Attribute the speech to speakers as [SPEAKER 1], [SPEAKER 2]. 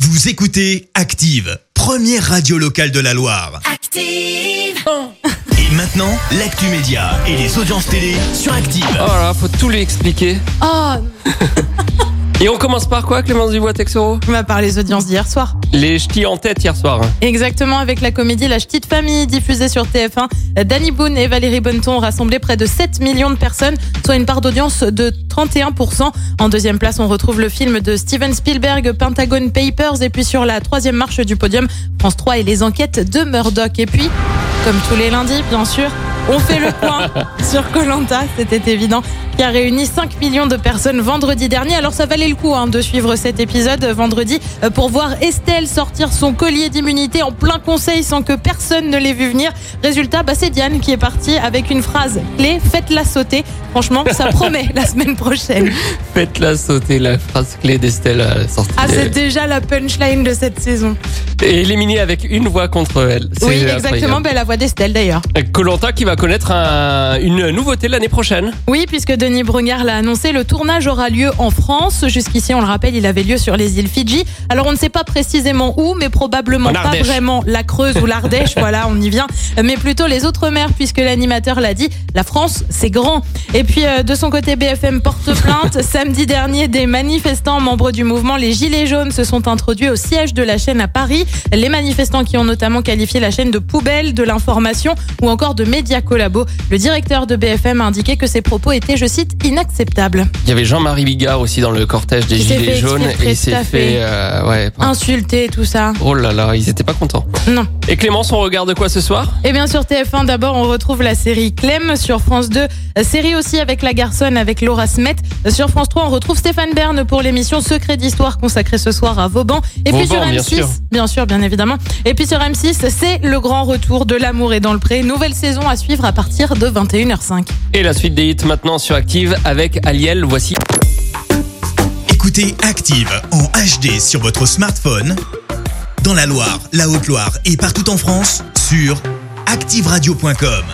[SPEAKER 1] Vous écoutez Active, première radio locale de la Loire.
[SPEAKER 2] Active.
[SPEAKER 1] Et maintenant, l'actu média et les audiences télé sur Active.
[SPEAKER 3] Oh là, là, faut tout lui expliquer.
[SPEAKER 2] Oh,
[SPEAKER 3] Et on commence par quoi, Clémence Dubois Texoro
[SPEAKER 4] On m'a parlé des audiences d'hier soir.
[SPEAKER 3] Les ch'tis en tête hier soir. hein.
[SPEAKER 4] Exactement, avec la comédie La Petite Famille, diffusée sur TF1. Danny Boone et Valérie Bonneton ont rassemblé près de 7 millions de personnes, soit une part d'audience de 31%. En deuxième place, on retrouve le film de Steven Spielberg, Pentagon Papers. Et puis sur la troisième marche du podium, France 3 et les enquêtes de Murdoch. Et puis, comme tous les lundis, bien sûr, on fait le point sur Colanta, c'était évident, qui a réuni 5 millions de personnes vendredi dernier. Alors ça valait le coup hein, de suivre cet épisode vendredi euh, pour voir Estelle sortir son collier d'immunité en plein conseil sans que personne ne l'ait vu venir. Résultat, bah, c'est Diane qui est partie avec une phrase clé, faites-la sauter. Franchement, ça promet la semaine prochaine.
[SPEAKER 3] Faites-la sauter la phrase clé d'Estelle à la sortie.
[SPEAKER 4] Ah, c'est déjà la punchline de cette saison.
[SPEAKER 3] Et éliminée avec une voix contre elle. C'est hein.
[SPEAKER 4] Oui,
[SPEAKER 3] incroyable.
[SPEAKER 4] exactement, ben- bah, la voix d'Estelle d'ailleurs.
[SPEAKER 3] Colanta qui va connaître un- une nouveauté l'année prochaine.
[SPEAKER 4] Oui, puisque Denis Brogniart l'a annoncé, le tournage aura lieu en France. Jusqu'ici, on le rappelle, il avait lieu sur les îles Fidji. Alors, on ne sait pas précisément où, mais probablement
[SPEAKER 3] En
[SPEAKER 4] pas
[SPEAKER 3] Ardèche.
[SPEAKER 4] vraiment la Creuse ou l'Ardèche. voilà, on y vient. Mais plutôt les autres mers, puisque l'animateur l'a dit, la France, c'est grand. Et puis, euh, de son côté, BFM porte plainte. Samedi dernier, des manifestants membres du mouvement Les Gilets jaunes se sont introduits au siège de la chaîne à Paris. Les manifestants qui ont notamment qualifié la chaîne de poubelle de l'information ou encore de média collabo. Le directeur de BFM a indiqué que ces propos étaient, je cite, inacceptables.
[SPEAKER 3] Il y avait Jean-Marie Bigard aussi dans le cortège des
[SPEAKER 4] Il s'est
[SPEAKER 3] Gilets
[SPEAKER 4] fait
[SPEAKER 3] jaunes
[SPEAKER 4] exfiltrer,
[SPEAKER 3] et il
[SPEAKER 4] tout
[SPEAKER 3] s'est
[SPEAKER 4] à
[SPEAKER 3] fait.
[SPEAKER 4] fait.
[SPEAKER 3] euh, ouais, par-
[SPEAKER 4] Insultés, tout ça.
[SPEAKER 3] Oh là là, ils étaient pas contents.
[SPEAKER 4] Non.
[SPEAKER 3] Et Clémence, on regarde quoi ce soir
[SPEAKER 4] Et bien sur TF1 d'abord on retrouve la série Clem sur France 2, euh, série aussi avec la garçonne avec Laura Smet. Euh, Sur France 3 on retrouve Stéphane Bern pour l'émission Secret d'histoire consacrée ce soir à Vauban. Et puis sur
[SPEAKER 3] Vauban,
[SPEAKER 4] M6,
[SPEAKER 3] bien sûr.
[SPEAKER 4] bien sûr, bien évidemment. Et puis sur M6 c'est le grand retour de l'amour et dans le pré. Nouvelle saison à suivre à partir de 21h05.
[SPEAKER 3] Et la suite des hits maintenant sur Active avec Aliel. Voici.
[SPEAKER 1] Écoutez Active en HD sur votre smartphone, dans la Loire, la Haute-Loire et partout en France, sur activeradio.com.